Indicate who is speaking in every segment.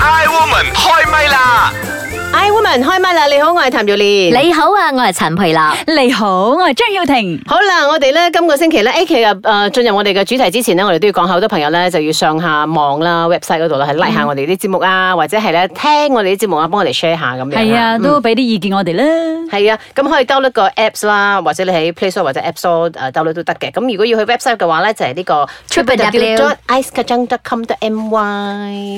Speaker 1: Iwoman 開唛啦！
Speaker 2: I woman 開唛啦！你好，我係譚耀蓮。
Speaker 3: 你好啊，我係陳培樂。
Speaker 4: 你好，我係張耀婷。
Speaker 2: 好啦，我哋咧今個星期咧，誒其實誒呃進入我哋嘅主題之前咧，我哋都要講下好多朋友咧就要上下網啦、website 嗰度啦，係 like 下我哋啲節目啊，或者係咧聽我哋啲節目啊，幫我哋 share 下咁樣。
Speaker 4: 係啊，
Speaker 2: 嗯
Speaker 4: 都俾啲意見我哋啦。
Speaker 2: 係啊，咁可以 download 個 apps 啦，或者你喺 Play Store 或者 App Store 誒 download 都得嘅。咁如果要去 website 嘅話咧，就係呢個 www.icekajang.com.my。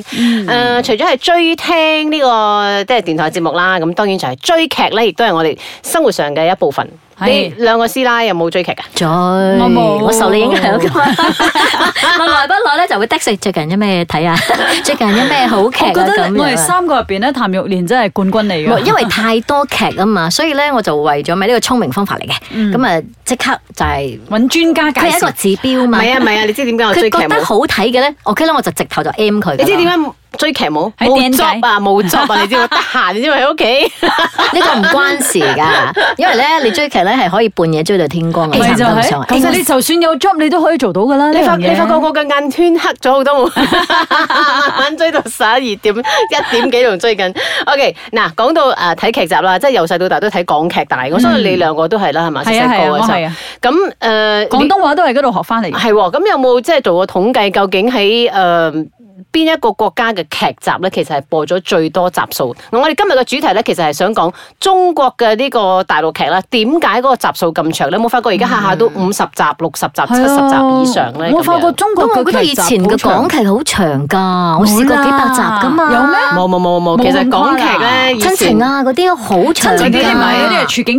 Speaker 2: 誒，除咗係追聽呢個即係電台節目啦，咁當然就係追劇咧，亦都係我哋生活上嘅一部分。你
Speaker 4: 係
Speaker 2: 兩個師奶有冇追劇㗎？
Speaker 3: 追，
Speaker 4: 我冇
Speaker 3: 我受你影響噶嘛。 我耐不耐咧就會的食最近有咩睇啊？最近有咩好劇
Speaker 4: 我
Speaker 3: 啊？
Speaker 4: 覺得
Speaker 3: 咁
Speaker 4: 我哋
Speaker 3: 樣啊。
Speaker 4: 三個入邊咧，譚玉蓮真係冠軍嚟
Speaker 3: 冇
Speaker 4: 嘅。
Speaker 3: 因為太多劇啊嘛，所以咧我就為咗咪呢個聰明方法嚟嘅，咁啊即刻就係
Speaker 4: 揾專家介
Speaker 3: 佢係一個
Speaker 4: 紹。
Speaker 3: 指標
Speaker 2: 唔
Speaker 3: 嘛。
Speaker 2: 係啊，唔 係啊，你知點解我
Speaker 3: 佢
Speaker 2: 追劇
Speaker 3: 覺得
Speaker 2: 冇？
Speaker 3: 好睇嘅咧，OK 啦，我就直頭就 M 佢㗎啦。
Speaker 2: 你知點啊解追劇冇？
Speaker 4: 喺
Speaker 2: 冇
Speaker 4: 點解
Speaker 2: job 啊，冇 job 啊，你知我得閒，你知咪喺屋企。
Speaker 3: 呢個唔關事㗎，因為咧你追劇咧係可以半夜追到天光嘅，
Speaker 4: 咪就
Speaker 3: 差唔多
Speaker 4: 係
Speaker 3: 上，
Speaker 4: 其實你就算有 job，你都可以做到噶啦。
Speaker 2: 你
Speaker 4: 呢
Speaker 2: 發
Speaker 4: 樣
Speaker 2: 你
Speaker 4: 嘢
Speaker 2: 發覺我嘅眼圈黑咗好多 冇，慢慢追到十一二點一點幾仲追緊。OK，嗱講到誒睇劇集啦，即係由細到大都睇港劇大，我相信你兩個都係啦，係嘛？細
Speaker 4: 嗯係
Speaker 2: 細
Speaker 4: 啊係
Speaker 2: 個
Speaker 4: 啊，我
Speaker 2: 嘅
Speaker 4: 係
Speaker 2: 時
Speaker 4: 啊，
Speaker 2: 候，咁誒
Speaker 4: 廣東話都係嗰度學翻嚟嘅。
Speaker 2: 係啊喎，咁有冇即係做過統計，究竟喺誒邊一個國家嘅劇集咧，其實係播咗最多集數？嗱我哋今日嘅主題咧，其實係想講中國嘅呢個大陸劇啦，點解嗰個集數咁長咧？你有冇發覺而家下下都五十集、六十集、七十集以上咧？
Speaker 4: 啊我
Speaker 2: 咁
Speaker 4: 發
Speaker 2: 樣
Speaker 4: 覺中國
Speaker 3: 咁我
Speaker 4: 嘅
Speaker 3: 覺得
Speaker 4: 劇
Speaker 3: 以
Speaker 4: 集
Speaker 3: 前
Speaker 4: 好
Speaker 3: 嘅
Speaker 4: 長
Speaker 3: 港劇好長㗎，我試過幾百集㗎嘛。
Speaker 4: 有咩
Speaker 2: 冇冇冇冇，
Speaker 4: 冇
Speaker 2: 其實
Speaker 4: 咁
Speaker 2: 港
Speaker 4: 誇
Speaker 2: 劇
Speaker 4: 啦
Speaker 2: 咧，以
Speaker 3: 親
Speaker 2: 前
Speaker 3: 情啊嗰啲好長
Speaker 4: 親情
Speaker 3: 㗎
Speaker 4: 嗰啲唔係，嗰啲係處境劇。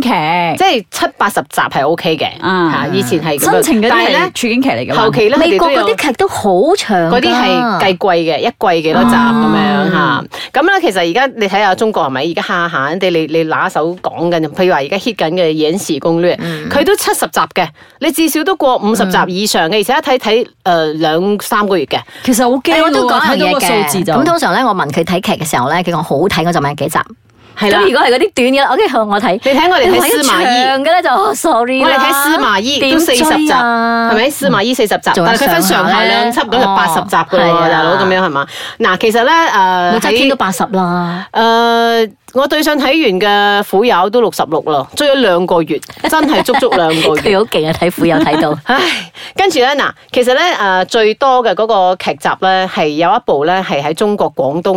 Speaker 2: 即係七八十集係 O K 嘅，
Speaker 4: 啊
Speaker 2: 嚇以前係咁樣
Speaker 4: 親情嗰
Speaker 2: 但
Speaker 4: 啲
Speaker 2: 係
Speaker 4: 係
Speaker 2: 咧
Speaker 4: 處境劇嚟㗎嘛。
Speaker 2: 後期咧，佢
Speaker 3: 美
Speaker 2: 哋
Speaker 3: 國
Speaker 2: 都
Speaker 3: 嗰
Speaker 2: 有
Speaker 3: 啲。劇都好長㗎。
Speaker 2: 嗰啲係計季嘅，一季幾多集咁樣嚇。咁咧，其實而家你睇下中國係咪？而家下下地你你拿手講緊，譬如話而家 hit 緊嘅《演示攻略》，佢都七十集嘅，你至少都過五十集以上嘅，而且一睇睇誒兩三個月嘅。
Speaker 4: 其實好驚
Speaker 3: 誒
Speaker 4: 喎
Speaker 3: 我都講
Speaker 4: 睇
Speaker 3: 樣
Speaker 4: 到
Speaker 3: 嘢
Speaker 4: 個數字
Speaker 3: 嘅，
Speaker 4: 就
Speaker 3: 咁通常咧，我問佢睇劇嘅時候咧，佢講好睇，我就問幾集。
Speaker 2: 係
Speaker 3: 咁
Speaker 2: 啦
Speaker 3: 如，果係嗰啲短嘅，OK，好我睇。
Speaker 2: 你睇我哋睇
Speaker 3: 你話
Speaker 2: 司馬懿。
Speaker 3: 長嘅咧就哦 sorry
Speaker 2: 我
Speaker 3: 啦啊
Speaker 2: 哋睇司馬懿都四十集，係？咪？司馬懿四十集，
Speaker 3: 仲有
Speaker 2: 但係佢分
Speaker 3: 嗯上
Speaker 2: 上
Speaker 3: 下
Speaker 2: 下
Speaker 3: 咧
Speaker 2: 兩輯，咁就
Speaker 3: 哦
Speaker 2: 八十集噶
Speaker 3: 係
Speaker 2: 喎，
Speaker 3: 啊
Speaker 2: 大佬咁樣係嘛？嗱，其實咧
Speaker 3: 點追啊
Speaker 2: 誒
Speaker 3: 武則天都
Speaker 2: 喺
Speaker 3: 八十啦，
Speaker 2: 誒，我對上睇完嘅《虎友》都六十六啦，追咗兩個 月，真係足足兩個月。。
Speaker 3: 佢好勁啊！睇婦有睇到
Speaker 2: 唉，跟住咧嗱，其實咧誒、呃最多嘅嗰個劇集咧係有一部咧係喺中國廣東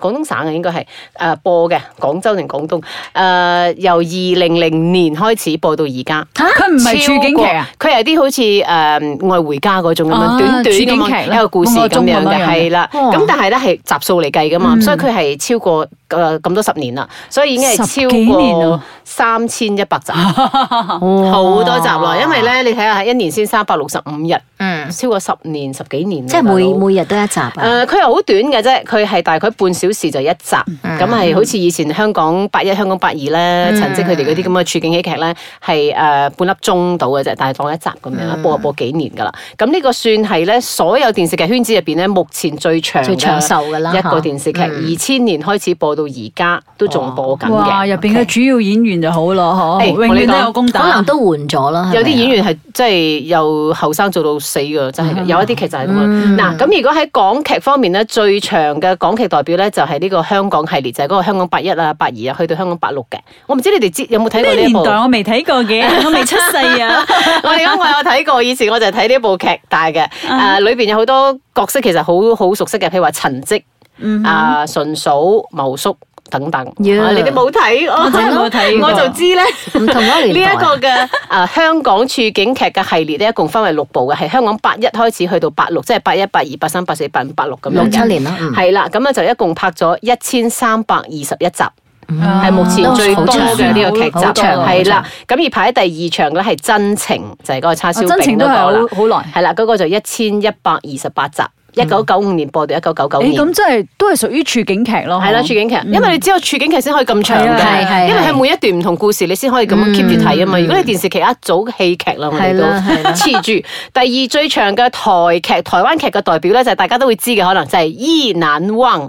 Speaker 2: 廣東省嘅應該係誒、呃播嘅，廣州定廣東誒、呃由二零零年開始播到而家。
Speaker 4: 佢唔係處境劇啊，
Speaker 2: 超過！佢係啲好似誒、呃、愛回家嗰種咁樣、
Speaker 4: 啊
Speaker 2: 短短
Speaker 4: 處境
Speaker 2: 咁
Speaker 4: 劇
Speaker 2: 樣
Speaker 4: 啦
Speaker 2: 一個故事咁樣
Speaker 4: 咁我中
Speaker 2: 嘅，
Speaker 4: 咁樣哦嗯
Speaker 2: 係啦。
Speaker 3: 哇
Speaker 2: 咁但係咧係集數嚟計噶嘛，所以佢係超過誒咁多十年啦，所以已經
Speaker 4: 十幾
Speaker 2: 係超
Speaker 4: 年
Speaker 2: 過
Speaker 4: 啊
Speaker 2: 三千一 百集，好
Speaker 3: 好
Speaker 2: 多集啦。因為，咧你睇下，一年先三百六十五日，
Speaker 3: 嗯，
Speaker 2: 超過十年十幾年啦，
Speaker 3: 即係每
Speaker 2: 大佬
Speaker 3: 每日都一集啊。
Speaker 2: 誒，佢又好短嘅啫，佢係大概半小時就一集，
Speaker 3: 嗯
Speaker 2: 咁係好似以前香港八一、香港八二咧，陳積佢哋嗰啲咁嘅處境喜劇咧，係誒呃半粒鐘到嘅啫，但係當一集咁
Speaker 3: 嗯
Speaker 2: 樣，一播就播幾年㗎啦。咁呢個算係咧所有電視劇圈子入邊咧，目前最長
Speaker 3: 最長壽㗎啦嗯
Speaker 2: 一個電視劇，二千年開始播到而家都仲播緊
Speaker 4: 哇！入
Speaker 2: 嘅。
Speaker 4: 邊嘅哎主要演員就好咯，
Speaker 2: 誒
Speaker 4: 嗬，永
Speaker 2: 我哋
Speaker 4: 遠都
Speaker 2: 講
Speaker 4: 有公
Speaker 3: 可能
Speaker 4: 打。
Speaker 3: 都換咗啦，係咪啊
Speaker 2: 有啲演員係即係由後生做到死㗎，
Speaker 4: 啊
Speaker 2: 真係嘅。有一啲劇就係咁樣。
Speaker 4: 嗯
Speaker 2: 嗱，咁如果喺港劇方面咧，最長嘅港劇代表咧就係呢個香港系列，就係嗰個香港八一啊、八二啊，去到香港八六嘅。我唔知你哋知有冇睇過
Speaker 4: 咩
Speaker 2: 呢一
Speaker 4: 年
Speaker 2: 部？
Speaker 4: 代啊我未睇過 嘅，我未出世啊！
Speaker 2: 我哋因為我睇過，以前我就係睇呢部劇大嘅。
Speaker 4: 啊
Speaker 2: 誒，裏邊有好多角色其實好好熟悉嘅，譬如話陳積、
Speaker 4: 嗯
Speaker 2: 啊順嫂、茂叔。等等
Speaker 3: Yeah
Speaker 2: 啊你哋冇睇，我
Speaker 4: 真係 冇睇過
Speaker 2: 我就知咧。
Speaker 3: 唔同嗰
Speaker 2: 呢
Speaker 3: 個年代
Speaker 2: 一個嘅啊香港處境劇嘅系列咧，一共分為六部嘅，係香港八一開始去到八六，即係八一、八二、八三、八四、八五、八六咁樣嘅。
Speaker 3: 六七年啦嗯
Speaker 2: 係啦，咁啊就一共拍咗一千三百二十一集。係目前
Speaker 3: 都
Speaker 2: 最
Speaker 3: 好
Speaker 2: 多
Speaker 3: 長
Speaker 2: 嘅呢個劇集，
Speaker 3: 好長好
Speaker 2: 係啦。咁而排喺第二場嘅咧係真情，就係嗰個叉燒
Speaker 4: 哦真
Speaker 2: 餅嗰
Speaker 4: 情
Speaker 2: 個
Speaker 4: 都係
Speaker 2: 啦。
Speaker 4: 好好耐。
Speaker 2: 係啦，嗰個就一千一百二十八集，一九九五年播到一九九九
Speaker 4: 誒，
Speaker 2: 年。
Speaker 4: 咁即係都係屬於處境劇咯。
Speaker 2: 係啦，處境劇，因為你只有處境劇先可以咁長
Speaker 4: 係啊
Speaker 3: 哦嗯係
Speaker 2: 嘅，
Speaker 3: 係
Speaker 2: 因為係每一段唔同故事，你先可以咁樣 keep 住睇啊嘛。如果你電視劇一早戲劇啦，我哋都
Speaker 3: 係啦係啦
Speaker 2: 黐住。第二最長嘅台劇、台灣劇嘅代表咧，就係大家都會知嘅，可能就係《伊難翁》。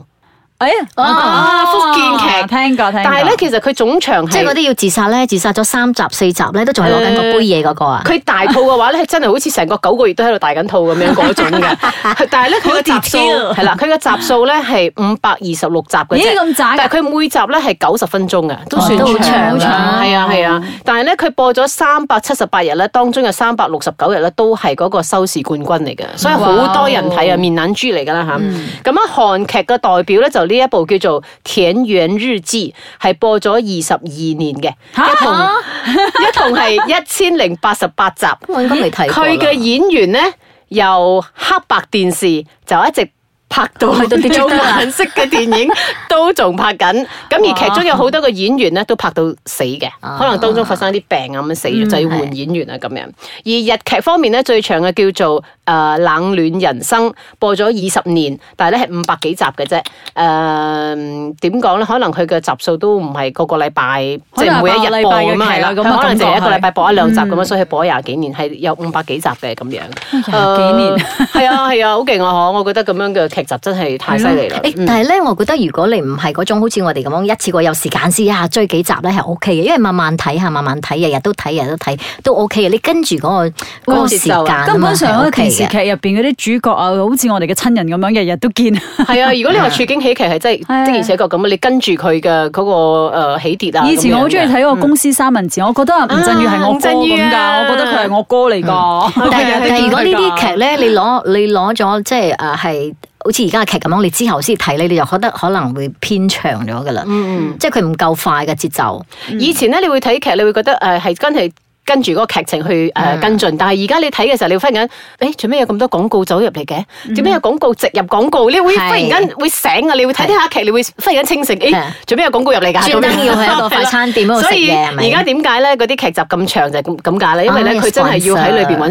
Speaker 4: 哎呀，我講哦
Speaker 2: 啊福建劇
Speaker 4: 聽過聽過，
Speaker 2: 但係咧，其實佢總長
Speaker 3: 啊即係嗰
Speaker 2: 係
Speaker 3: 啲要自殺咧，自殺咗三集四集咧，都仲係攞緊個杯嘢嗰個啊。
Speaker 2: 佢大肚嘅話咧，係真係好似成個九個月都喺度大緊肚咁樣嗰種嘅。係但係咧，佢嘅集數
Speaker 4: 好 detail
Speaker 2: 係啦，佢嘅集數咧係五百二十六集嘅啫
Speaker 4: 咦。咁窄
Speaker 2: 但
Speaker 4: 㗎，
Speaker 2: 係佢每集咧係九十分鐘嘅，都算
Speaker 3: 哦都好長
Speaker 2: 長
Speaker 4: 啊
Speaker 2: 係啊係啊，但係咧佢播咗三百七十八日咧，當中有三百六十九日咧都係嗰個收視冠軍嚟嘅，所以好多人睇啊，面冷豬嚟㗎啦嚇。咁啊，韓劇嘅代表咧就呢一部叫做《田園日記》，係播咗二十二年嘅，一同 一同係一千零八十八集。
Speaker 3: 我應該未睇過啦
Speaker 2: 佢嘅演員咧，由黑白電視就一直。拍到
Speaker 3: 去到 digital
Speaker 2: 有顏色嘅電影 都仲拍緊，咁而劇中有好多個演員咧都拍到死嘅，
Speaker 3: 啊
Speaker 2: 可能當中發生啲病啊咁樣死咗，就要換演員啊咁樣。而日劇方面咧最長嘅叫做誒、呃冷暖人生，播咗二十年，但係咧係五百幾集嘅啫。誒呃點講咧？可能佢嘅集數都唔係個個禮拜，即
Speaker 4: 可能
Speaker 2: 係每一
Speaker 4: 係
Speaker 2: 日
Speaker 4: 個
Speaker 2: 播
Speaker 4: 禮拜嘅
Speaker 2: 咁樣
Speaker 4: 劇
Speaker 2: 係啦，
Speaker 4: 啦咁啊
Speaker 2: 可能就係一個
Speaker 4: 感覺係嗯
Speaker 2: 禮拜播一兩集咁樣，所以佢播咗廿幾年係有五百幾集嘅咁樣。
Speaker 4: 廿哎幾年。
Speaker 2: 誒係啊係啊，好勁啊！嗬，我覺得咁樣嘅劇集真係太犀利啦。嗯
Speaker 3: 誒但係咧，我覺得如果你唔係嗰種好似我哋咁樣一次過有時間先一下追幾集咧，係 O K 嘅，因為慢慢睇下，慢慢睇，日日都睇，日日都睇，都 O K 嘅。你跟住嗰、個嗰、個時間啊嘛
Speaker 4: 根本上
Speaker 3: 係
Speaker 4: 嗰
Speaker 3: OK
Speaker 4: 電視
Speaker 3: 嘅。
Speaker 4: 劇入邊嗰啲主角啊，好似我哋嘅親人咁樣，日日都 見。
Speaker 2: 係啊，如果你話處境喜劇係真係
Speaker 4: 係啊
Speaker 2: 的而且確咁啊，你跟住佢嘅嗰個誒起跌啊。
Speaker 4: 以前我好
Speaker 2: 咁樣
Speaker 4: 中意睇嗰個公司三文治，我覺得嗯吳鎮宇嗯係我
Speaker 2: 啊吳
Speaker 4: 哥
Speaker 2: 鎮宇
Speaker 4: 咁
Speaker 2: 啊
Speaker 4: 㗎，我覺得佢係我哥嚟㗎。
Speaker 3: 但係
Speaker 2: 係啊
Speaker 3: 但係如果呢啲劇
Speaker 4: 劇
Speaker 3: 咧，你攞你攞咗即係誒係好似而家嘅劇咁樣，你之後先睇咧，你就覺得可能會偏長咗噶啦，
Speaker 2: 嗯
Speaker 3: 即係佢唔夠快嘅節奏。
Speaker 2: 嗯以前咧，你會睇劇，你會覺得誒係真係。跟住嗰個劇情去誒跟進，但係而家你睇嘅時候，你會忽然間，誒做咩有咁多廣告走入嚟嘅？
Speaker 3: 嗯
Speaker 2: 做咩有廣告植入廣告？你會忽然間會醒啊！你會睇睇下劇，你會忽然間清醒，
Speaker 3: 係
Speaker 2: 誒
Speaker 3: 啊
Speaker 2: 做咩有廣告入嚟㗎？
Speaker 3: 專登
Speaker 2: 咁樣
Speaker 3: 要去一個快餐店嗰度食
Speaker 2: 所以
Speaker 3: 嘢係咪
Speaker 2: 而家點解咧嗰啲劇集咁長就係咁咁解咧？因為咧
Speaker 3: 啊
Speaker 2: 佢真係要喺裏邊
Speaker 3: sponsor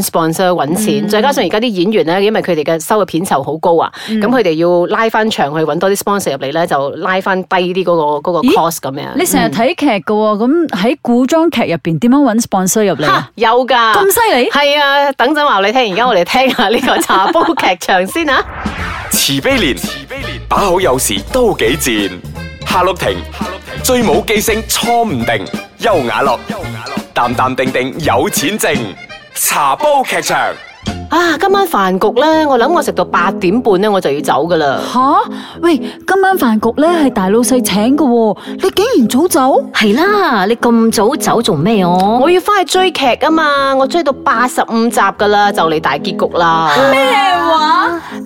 Speaker 3: 嗯
Speaker 2: 揾 sponsor 揾錢，再加上而家啲演員咧，因為佢哋嘅收嘅片酬好高啊，
Speaker 3: 嗯
Speaker 2: 咁佢哋要拉翻長去揾多啲 sponsor 入嚟咧，就拉翻低啲嗰個嗰個
Speaker 4: 咦
Speaker 2: cost 咁樣。
Speaker 4: 你成日睇劇㗎喎，咁喺古裝劇入邊點樣揾 sponsor 入嚟啊？
Speaker 2: 嚇有㗎，
Speaker 4: 咁犀利？
Speaker 2: 係啊，等陣話你聽，而家我哋聽下呢個茶煲劇場先啊！
Speaker 1: 慈悲蓮，慈悲蓮，把口有時都幾賤。夏綠庭，夏綠庭，最冇記性錯唔定。優雅樂，優雅樂，淡淡定定有錢剩。茶煲劇場，
Speaker 2: 啊，今晚飯局咧，我諗我食到八點半咧，我就要走㗎啦。
Speaker 4: 吓？喂，今晚飯局咧係大老細請㗎喎，你竟然早走？
Speaker 3: 係啦，你咁早走做咩哦？
Speaker 2: 我要翻去追劇啊嘛，我追到八十五集㗎啦，就嚟大結局啦。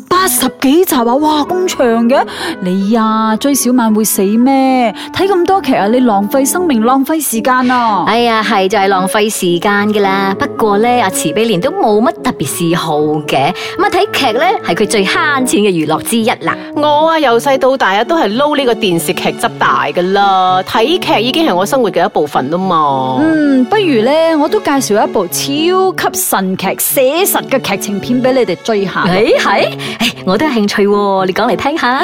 Speaker 4: 八十幾集啊！哇，咁長嘅你呀、追小曼會死咩？睇咁多劇啊，你浪費生命，浪費時間啊！
Speaker 3: 哎呀，係就係浪費時間噶啦。不過咧，阿慈悲蓮都冇乜特別嗜好嘅，咁啊睇劇咧係佢最慳錢嘅娛樂之一啦。
Speaker 2: 我啊，由細到大啊，都係撈呢個電視劇執大噶啦，睇劇已經係我生活嘅一部分啦嘛。
Speaker 4: 嗯，不如呢，我都介紹一部超級神劇寫實嘅劇情片俾你哋追下。呢、
Speaker 3: 誒係，誒我都有興趣喎，你講嚟聽下。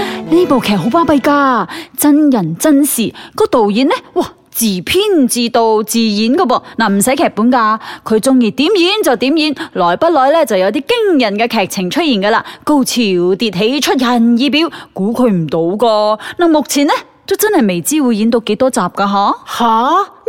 Speaker 4: 部劇好巴閉㗎，真人真事，個導演呢，哇！自編自導自演噶噃，嗱唔使劇本㗎，佢中意點演就點演，來不來呢就有啲驚人嘅劇情出現㗎啦，高潮迭起出人意表，估佢唔到㗎。嗱目前呢，都真係未知會演到幾多集㗎吓。
Speaker 2: 吓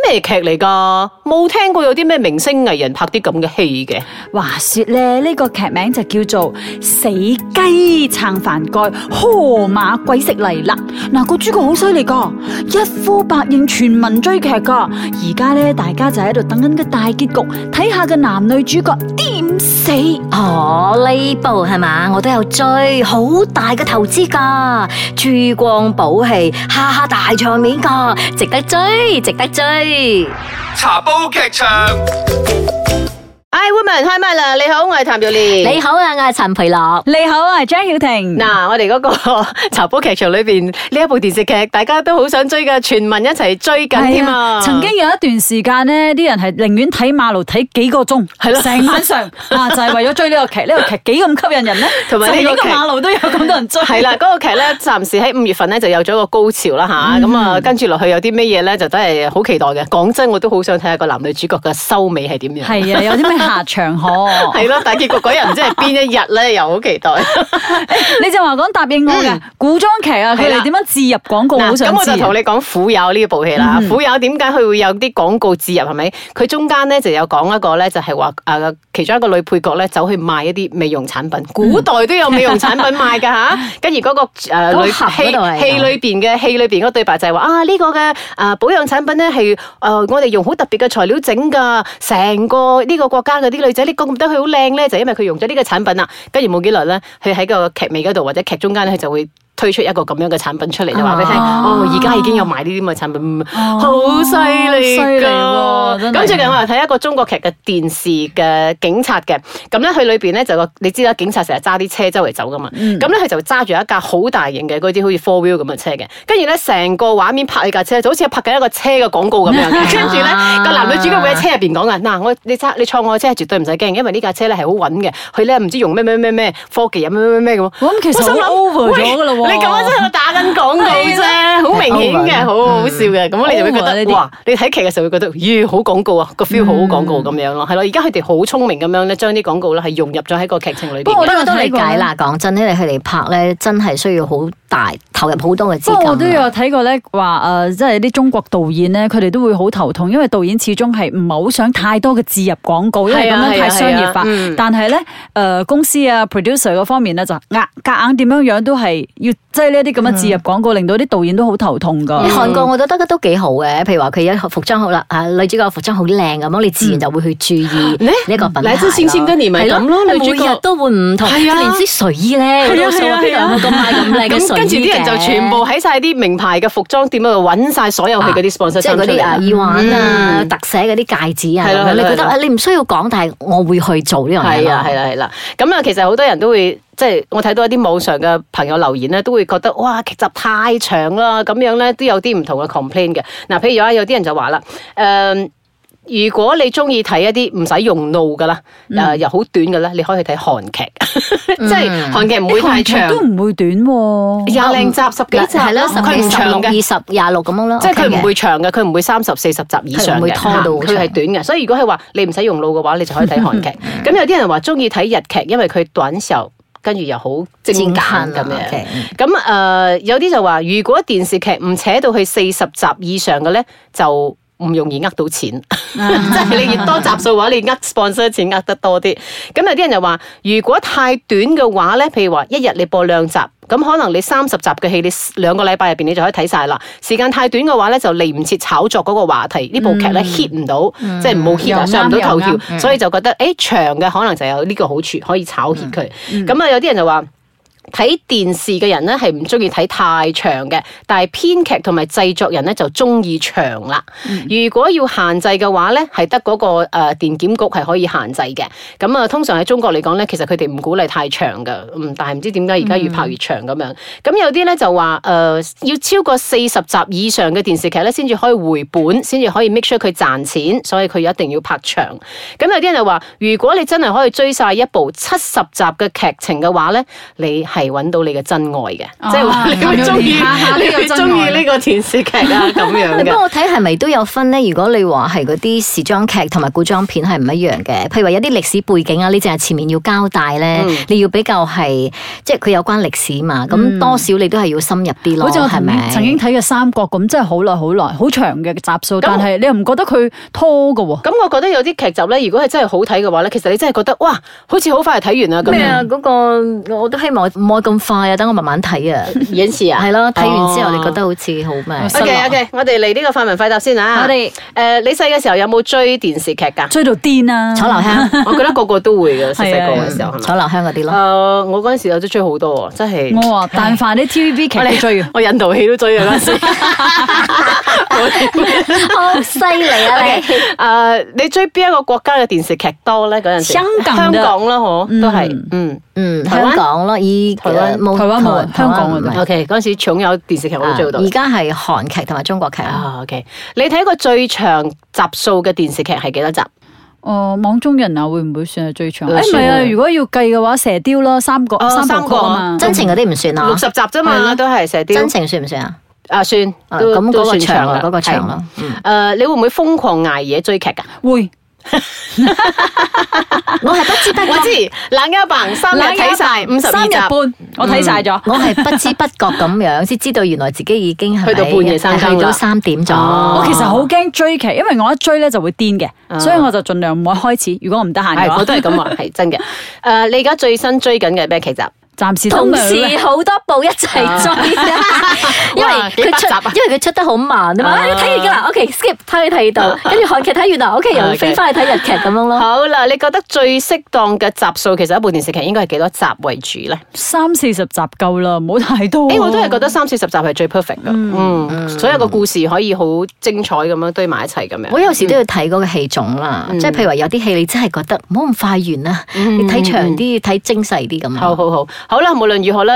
Speaker 2: 咩劇嚟噶？冇聽過有啲咩明星藝人拍啲咁嘅戲嘅。
Speaker 4: 話說咧，呢、個劇名就叫做《死雞撐飯蓋》，河馬鬼食嚟啦！嗱，個主角好犀利噶，一呼百應，全民追劇噶。而家咧，大家就喺度等緊個大結局，睇下個男女主角點死。
Speaker 3: 哦，呢部係嘛，我都有追，好大嘅投資㗎，珠光寶氣，下下大場面㗎，值得追，值得追。
Speaker 4: 嗯
Speaker 1: 茶煲劇場。
Speaker 2: I woman 開唛啦！你好，我係譚耀蓮。
Speaker 3: 你好啊，我係陳培樂。
Speaker 4: 你好啊，張曉婷
Speaker 2: 嗱，我哋嗰個 茶煲劇場裏邊呢一部電視劇，大家都好想追噶，全民一齊追緊添啊！
Speaker 4: 曾經有一段時間呢，啲人係寧願睇馬路睇幾個鐘，係
Speaker 2: 咯
Speaker 4: 成晚上啊，就係為咗追呢個劇。呢個劇幾咁吸引人呢？
Speaker 2: 同埋呢個
Speaker 4: 就連
Speaker 2: 劇
Speaker 4: 個馬路都有咁多人人追。
Speaker 2: 係啦，嗰個劇咧，暫時喺五月份咧就有咗一個高潮啦
Speaker 4: 嗯
Speaker 2: 吓，咁啊跟住落去有啲咩嘢咧，就真係好期待嘅。講真，我都好想睇下個男女主角嘅收尾係點樣。
Speaker 4: 係啊，有啲咩下場可？
Speaker 2: 係咯，但係結果嗰日唔知係邊一日咧，又好期待。
Speaker 4: 你就話講答應我嘅古裝劇啊，佢
Speaker 2: 嗯係啦
Speaker 4: 哋點樣置入廣告？
Speaker 2: 嗱，
Speaker 4: 好想
Speaker 2: 咁我
Speaker 4: 知
Speaker 2: 就同
Speaker 4: 啊。
Speaker 2: 你講《苦友》呢部戲啦，苦友》點解佢會有啲廣告植入係咪？佢中間咧就有講一個咧，就係話誒其中一個女配角咧走去賣一啲美容產品，古代都有美容產品賣㗎吓。跟住嗰個誒
Speaker 3: 嗰
Speaker 2: 女
Speaker 3: 盒嗰度係
Speaker 2: 戲戲裏邊嘅戲裏邊嗰個對白就係話啊呢個嘅誒保養產品咧係誒我哋用好特別嘅材料整㗎，成個呢個國家嗰啲女仔你覺唔得佢好靚咧，就因為佢用咗呢個產品啦。跟住冇幾耐咧，佢喺個劇尾嗰度或者劇中間咧，佢就會。推出一個咁樣嘅產品出嚟，就話俾你聽，
Speaker 4: 啊
Speaker 2: 哦，而家已經有賣呢啲咁嘅產品，嗯
Speaker 4: 哦
Speaker 2: 好犀利
Speaker 4: 犀利
Speaker 2: 㗎
Speaker 4: 喎真係
Speaker 2: 咁最近我又睇一個中國劇嘅電視嘅警察嘅，咁咧佢裏邊咧就個你知啦，警察成日揸啲車周圍走噶嘛，
Speaker 4: 嗯
Speaker 2: 咁咧佢就揸住一架好大型嘅嗰啲好似 four wheel 咁嘅車嘅，跟住咧成個畫面拍你架車，就好似拍緊一個車嘅廣告咁樣 嘅，跟住咧
Speaker 4: 啊
Speaker 2: 個男女主角會喺車入邊講嘅，嗱我你揸你坐我嘅車絕對唔使驚，因為呢架車咧係好穩嘅，佢咧唔知用咩咩咩咩科技啊咩咩咩 咁。
Speaker 4: 咁其實
Speaker 2: 我心諗
Speaker 4: 好 over
Speaker 2: 喂
Speaker 4: 咗㗎喇喎啊
Speaker 2: 你咁樣真係打緊廣告 啫，好明顯嘅，好好笑嘅。咁你就會覺
Speaker 4: over 啊
Speaker 2: 得
Speaker 4: 呢啲
Speaker 2: 哇，啊你睇劇嘅時候會覺得，咦，好廣告啊，個
Speaker 3: 嗯
Speaker 2: feel 好好廣告咁樣咯，係咯。而家佢哋好聰明咁樣咧，將啲廣告咧係融入咗喺個劇情裏
Speaker 4: 不
Speaker 2: 邊
Speaker 4: 過
Speaker 2: 嘅。
Speaker 4: 我都
Speaker 3: 不
Speaker 4: 有
Speaker 3: 過都
Speaker 4: 睇
Speaker 3: 理
Speaker 4: 過
Speaker 3: 解啦，講真，因為佢哋拍咧真係需要好大投入好多嘅資
Speaker 4: 不過我都
Speaker 3: 金
Speaker 4: 有
Speaker 3: 啊。
Speaker 4: 睇過咧，話誒、呃即係啲中國導演咧，佢哋都會好頭痛，因為導演始終係唔係好想太多嘅置入廣告，因為
Speaker 2: 係
Speaker 4: 咁
Speaker 2: 啊
Speaker 4: 樣
Speaker 2: 係啊
Speaker 4: 太商業
Speaker 2: 係啊
Speaker 4: 化。
Speaker 2: 嗯
Speaker 4: 但係咧，誒、公司啊 producer 嗰方面咧就硬夾硬點樣樣都係要即係呢啲咁嘅置入廣告，令到啲導演都好頭痛㗎。
Speaker 2: 嗯
Speaker 3: 你韓國我覺得都幾好嘅，譬如話佢一服裝好啦，啊女主角服裝好靚咁，你自然就會去注意
Speaker 2: 嗯
Speaker 3: 呢個品牌
Speaker 2: 你
Speaker 3: 咯。
Speaker 2: 知先先跟年咪咁咯
Speaker 3: 係
Speaker 2: 女主角
Speaker 3: 每日都會唔同，
Speaker 2: 係啊
Speaker 3: 連啲睡衣咧，
Speaker 2: 係啊
Speaker 3: 我數
Speaker 2: 係啊
Speaker 3: 邊度有冇咁買咁靚嘅
Speaker 2: 咁
Speaker 3: 睡衣
Speaker 2: 跟住啲人就全部喺晒啲名牌嘅服裝店嗰度揾晒所有佢嗰啲 sponsor
Speaker 3: 即係嗰啲啊耳環啊、特寫嗰啲戒指啊，
Speaker 2: 係咯
Speaker 3: 咁樣你
Speaker 2: 係咯
Speaker 3: 覺得
Speaker 2: 係咯
Speaker 3: 啊你唔需要講，但係我會去做呢樣嘢
Speaker 2: 係
Speaker 3: 咯
Speaker 2: 啊，係啦，係啦。咁啊，其實好多人都會即係我睇到一啲網上嘅朋友留言咧，都會覺得哇劇集太長啦，咁樣咧都有啲唔同嘅 complain 嘅。嗱，譬如啊，有啲人就話啦，誒、如果你中意睇一啲唔使用腦噶啦，誒、又好短嘅咧，你可以去睇韓劇， 即係韓劇唔會太
Speaker 4: 啲韓劇
Speaker 2: 長
Speaker 4: 都，唔會短喎、
Speaker 2: 廿零集十幾集
Speaker 3: 係
Speaker 2: 咯
Speaker 3: 咯，十
Speaker 2: 佢
Speaker 3: 幾
Speaker 2: 唔
Speaker 3: 十
Speaker 2: 長
Speaker 3: 六、
Speaker 2: 嘅
Speaker 3: 二。十、廿六咁樣咯，
Speaker 2: 即係佢
Speaker 3: OK 嘅
Speaker 2: 唔會長嘅，佢唔會三十四十集以上嘅，
Speaker 3: 佢唔會拖到好
Speaker 2: 佢係短嘅。所以如果係話你唔使用腦嘅話，你就可以睇韓
Speaker 3: 嗯
Speaker 2: 劇。咁有啲人話中意睇日劇，因為佢短時跟住又好精簡咁
Speaker 3: 戰
Speaker 2: 樣。
Speaker 3: ，OK
Speaker 2: 咁誒、呃有啲就話，如果電視劇唔扯到去四十集以上嘅咧，就唔容易呃到錢。 即係你越多集數嘅話，你呃 sponsor 錢呃得多啲。咁有啲人就話，如果太短嘅話咧，譬如話一日你播兩集。咁可能你三十集嘅戲，你兩個禮拜入邊你就可以睇晒啦。時間太短嘅話咧，就嚟唔切炒作嗰個話題，呢部劇咧 hit 唔到，即係冇 hit
Speaker 4: 又
Speaker 2: 啊，上唔到
Speaker 4: 啱又
Speaker 2: 頭條
Speaker 4: 啱，
Speaker 2: 所以就覺得誒長嘅可能就有呢個好處，可以炒 hit 佢。咁啊、有啲人就話。睇電視嘅人咧係唔中意睇太長嘅，但係編劇同埋製作人咧就中意長啦。如果要限制嘅話咧，係得嗰個誒、呃、電檢局係可以限制嘅。咁啊，通常喺中國嚟講咧，其實佢哋唔鼓勵太長嘅，嗯，但係唔知點解而家越拍越長咁樣。咁、有啲咧就話誒、呃要超過四十集以上嘅電視劇咧，先至可以回本，先至可以 make sure 佢賺錢，所以佢一定要拍長。咁有啲人就話，如果你真係可以追晒一部七十集嘅劇情嘅話咧，你係揾到你嘅真愛嘅，
Speaker 4: 哦
Speaker 2: 即係話你會中意，
Speaker 4: 咁樣下啊下都
Speaker 2: 你
Speaker 4: 有
Speaker 2: 會
Speaker 4: 真
Speaker 2: 中意
Speaker 4: 愛
Speaker 2: 呢個電視劇啊咁 樣
Speaker 3: 不
Speaker 2: 嘅
Speaker 3: 過。我睇係咪都有分咧？如果你話係嗰啲時裝劇同埋古裝片係唔一樣嘅，譬如話有啲歷史背景啊，呢淨係前面要交代咧，
Speaker 2: 嗯
Speaker 3: 你要比較係即係佢有關歷史嘛，咁、多少你都係要深入啲咯，
Speaker 4: 好似我
Speaker 3: 係
Speaker 4: 曾
Speaker 3: 咪？
Speaker 4: 曾經睇嘅《三國》咁，真係好耐好耐，好長嘅集數，但係你又唔覺得佢拖㗎喎？
Speaker 2: 咁我覺得有啲劇集咧，如果係真係好睇嘅話咧，其實你真係覺得哇，好似好快就睇完啦咁
Speaker 3: 咩啊
Speaker 2: 樣。？
Speaker 3: 嗰、個我都希望唔好咁快啊，等我慢慢睇啊。
Speaker 2: 演示啊，
Speaker 3: 係咯，睇完之後
Speaker 2: 哦
Speaker 3: 你覺得好似好咩？
Speaker 4: 失
Speaker 2: O
Speaker 4: 落
Speaker 2: K O K，我哋嚟呢個快問快答先啊。
Speaker 4: 我哋
Speaker 2: 誒，你細嘅時候有冇追電視劇㗎？
Speaker 4: 追到癲啊！
Speaker 3: 楚留香，
Speaker 2: 我覺得個個都會 嘅，細細個嘅時候係
Speaker 3: 楚
Speaker 2: 咪？
Speaker 3: 留啊香嗰啲
Speaker 2: 誒，
Speaker 3: 咯。
Speaker 2: 我嗰陣時有都追好多啊，真係。
Speaker 4: 我話但凡啲 TVB 劇 都追嘅。
Speaker 2: 我印度戲都追啊嗰陣時。
Speaker 3: 好犀利啊你！
Speaker 2: 誒，你追邊一個國家嘅電視劇多咧？嗰陣時
Speaker 4: 香港
Speaker 2: 香
Speaker 4: 嘅
Speaker 2: 港啦，嗬，都係嗯。
Speaker 3: 嗯，
Speaker 2: 台灣
Speaker 3: 香港咯，以呃
Speaker 2: 台灣
Speaker 3: 冇
Speaker 4: 台灣冇啊香港
Speaker 3: 唔係
Speaker 4: 嗰啲
Speaker 2: O K，嗰陣時搶有電視劇我都追好多啊
Speaker 3: 啊而。家係韓劇同埋中國劇。
Speaker 2: 啊，OK，你睇過最長集數嘅電視劇係幾多集？
Speaker 4: 哦，網中人啊，會唔會算係最長？
Speaker 2: 誒
Speaker 4: 誒唔係
Speaker 2: 算
Speaker 4: 啊，
Speaker 2: 啊
Speaker 4: 如果要計嘅話，射雕啦，三個
Speaker 2: 哦
Speaker 4: 三部曲啊嘛
Speaker 2: 嗯。
Speaker 3: 真情嗰啲唔算
Speaker 2: 六
Speaker 3: 啊
Speaker 2: 十，集啫
Speaker 3: 係
Speaker 2: 嘛，
Speaker 3: 咯
Speaker 2: 都係射雕
Speaker 3: 真。情算唔算啊？
Speaker 2: 啊，算，
Speaker 3: 啊
Speaker 2: 都
Speaker 3: 咁嗰
Speaker 2: 都
Speaker 3: 個
Speaker 2: 算
Speaker 3: 長
Speaker 2: 長
Speaker 3: 啦
Speaker 2: 啦，，
Speaker 3: 嗰個嗯長啦
Speaker 2: 係。誒，呃你會唔會瘋狂捱夜追劇㗎？
Speaker 4: 會
Speaker 3: 我係不知不
Speaker 2: 我知
Speaker 3: 覺，
Speaker 2: 冷一棒三日睇晒五十
Speaker 4: 三
Speaker 2: 二
Speaker 4: 日
Speaker 2: 集，嗯哦
Speaker 4: 半，我睇晒咗。
Speaker 3: 我係不知不覺咁樣先知道原來自己已經係咪
Speaker 2: 去到半夜三更啦
Speaker 3: 去到三點咗。
Speaker 2: 哦
Speaker 4: 我其實好驚追劇，因為我一追咧就會癲嘅，
Speaker 2: 啊
Speaker 4: 所以我就盡量唔會開始。如果我唔得閒嘅
Speaker 2: 係
Speaker 4: 話
Speaker 2: 我，都係咁話，係真嘅。誒，你而家最新追緊嘅咩劇集？
Speaker 4: 暫時都
Speaker 3: 同
Speaker 4: 冇
Speaker 3: 時好多部一齊追， 因
Speaker 2: 哦哇幾百
Speaker 3: 為佢出
Speaker 2: 集啊，
Speaker 3: 因為佢出得好慢啊嘛。
Speaker 2: 啊
Speaker 3: 啊你睇完㗎啦，OK skip 睇去睇到，跟住韓劇睇完啦，OK 又
Speaker 2: 哦啊 OK
Speaker 3: 飛翻去睇日劇咁樣咯。
Speaker 2: 好啦，你覺得最適當嘅集數，其實一部電視劇應該係幾多集為主咧？
Speaker 4: 三四十集夠啦，唔好太多。
Speaker 2: 誒，我都係覺得三四十集係最 perfect 嘅，嗯，所有個故事可以好精彩咁樣堆埋一齊咁樣。
Speaker 3: 我有時都要睇嗰個戲種啦，
Speaker 2: 嗯
Speaker 3: 即係譬如話有啲戲你真係覺得唔好咁快完啦，你睇長啲，睇精細啲咁
Speaker 2: 嗯
Speaker 3: 啊
Speaker 2: 好
Speaker 3: 樣。
Speaker 2: 好好，好啦，無論如何咧，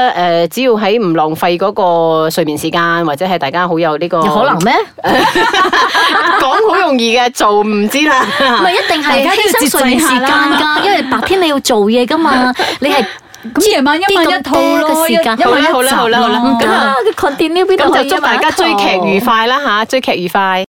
Speaker 2: 誒、只要喺唔浪費嗰個睡眠時間，或者係大家好有呢、個，
Speaker 3: 有可能咩？
Speaker 2: 講好容易嘅，做唔知啦。 啊
Speaker 3: 唔係一定
Speaker 4: 大
Speaker 3: 係
Speaker 4: 啊家
Speaker 3: 犧
Speaker 4: 都要
Speaker 3: 牲
Speaker 4: 節制
Speaker 3: 睡眠時
Speaker 4: 下
Speaker 3: 間
Speaker 4: 啦啊
Speaker 3: 㗎，因為白天你要做嘢 㗎嘛，你係
Speaker 4: 咁夜晚一晚一套咯，
Speaker 3: 嘅時間
Speaker 4: 一晚一集
Speaker 2: 好啦好啦好啦
Speaker 4: 咯
Speaker 2: 咁啊
Speaker 3: 啊，佢 continue 邊度
Speaker 2: 咁
Speaker 3: 可
Speaker 2: 就
Speaker 3: 以
Speaker 2: 祝
Speaker 3: 一晚
Speaker 2: 大家
Speaker 3: 一
Speaker 2: 追
Speaker 3: 套
Speaker 2: 劇愉快啦吓，追劇愉快。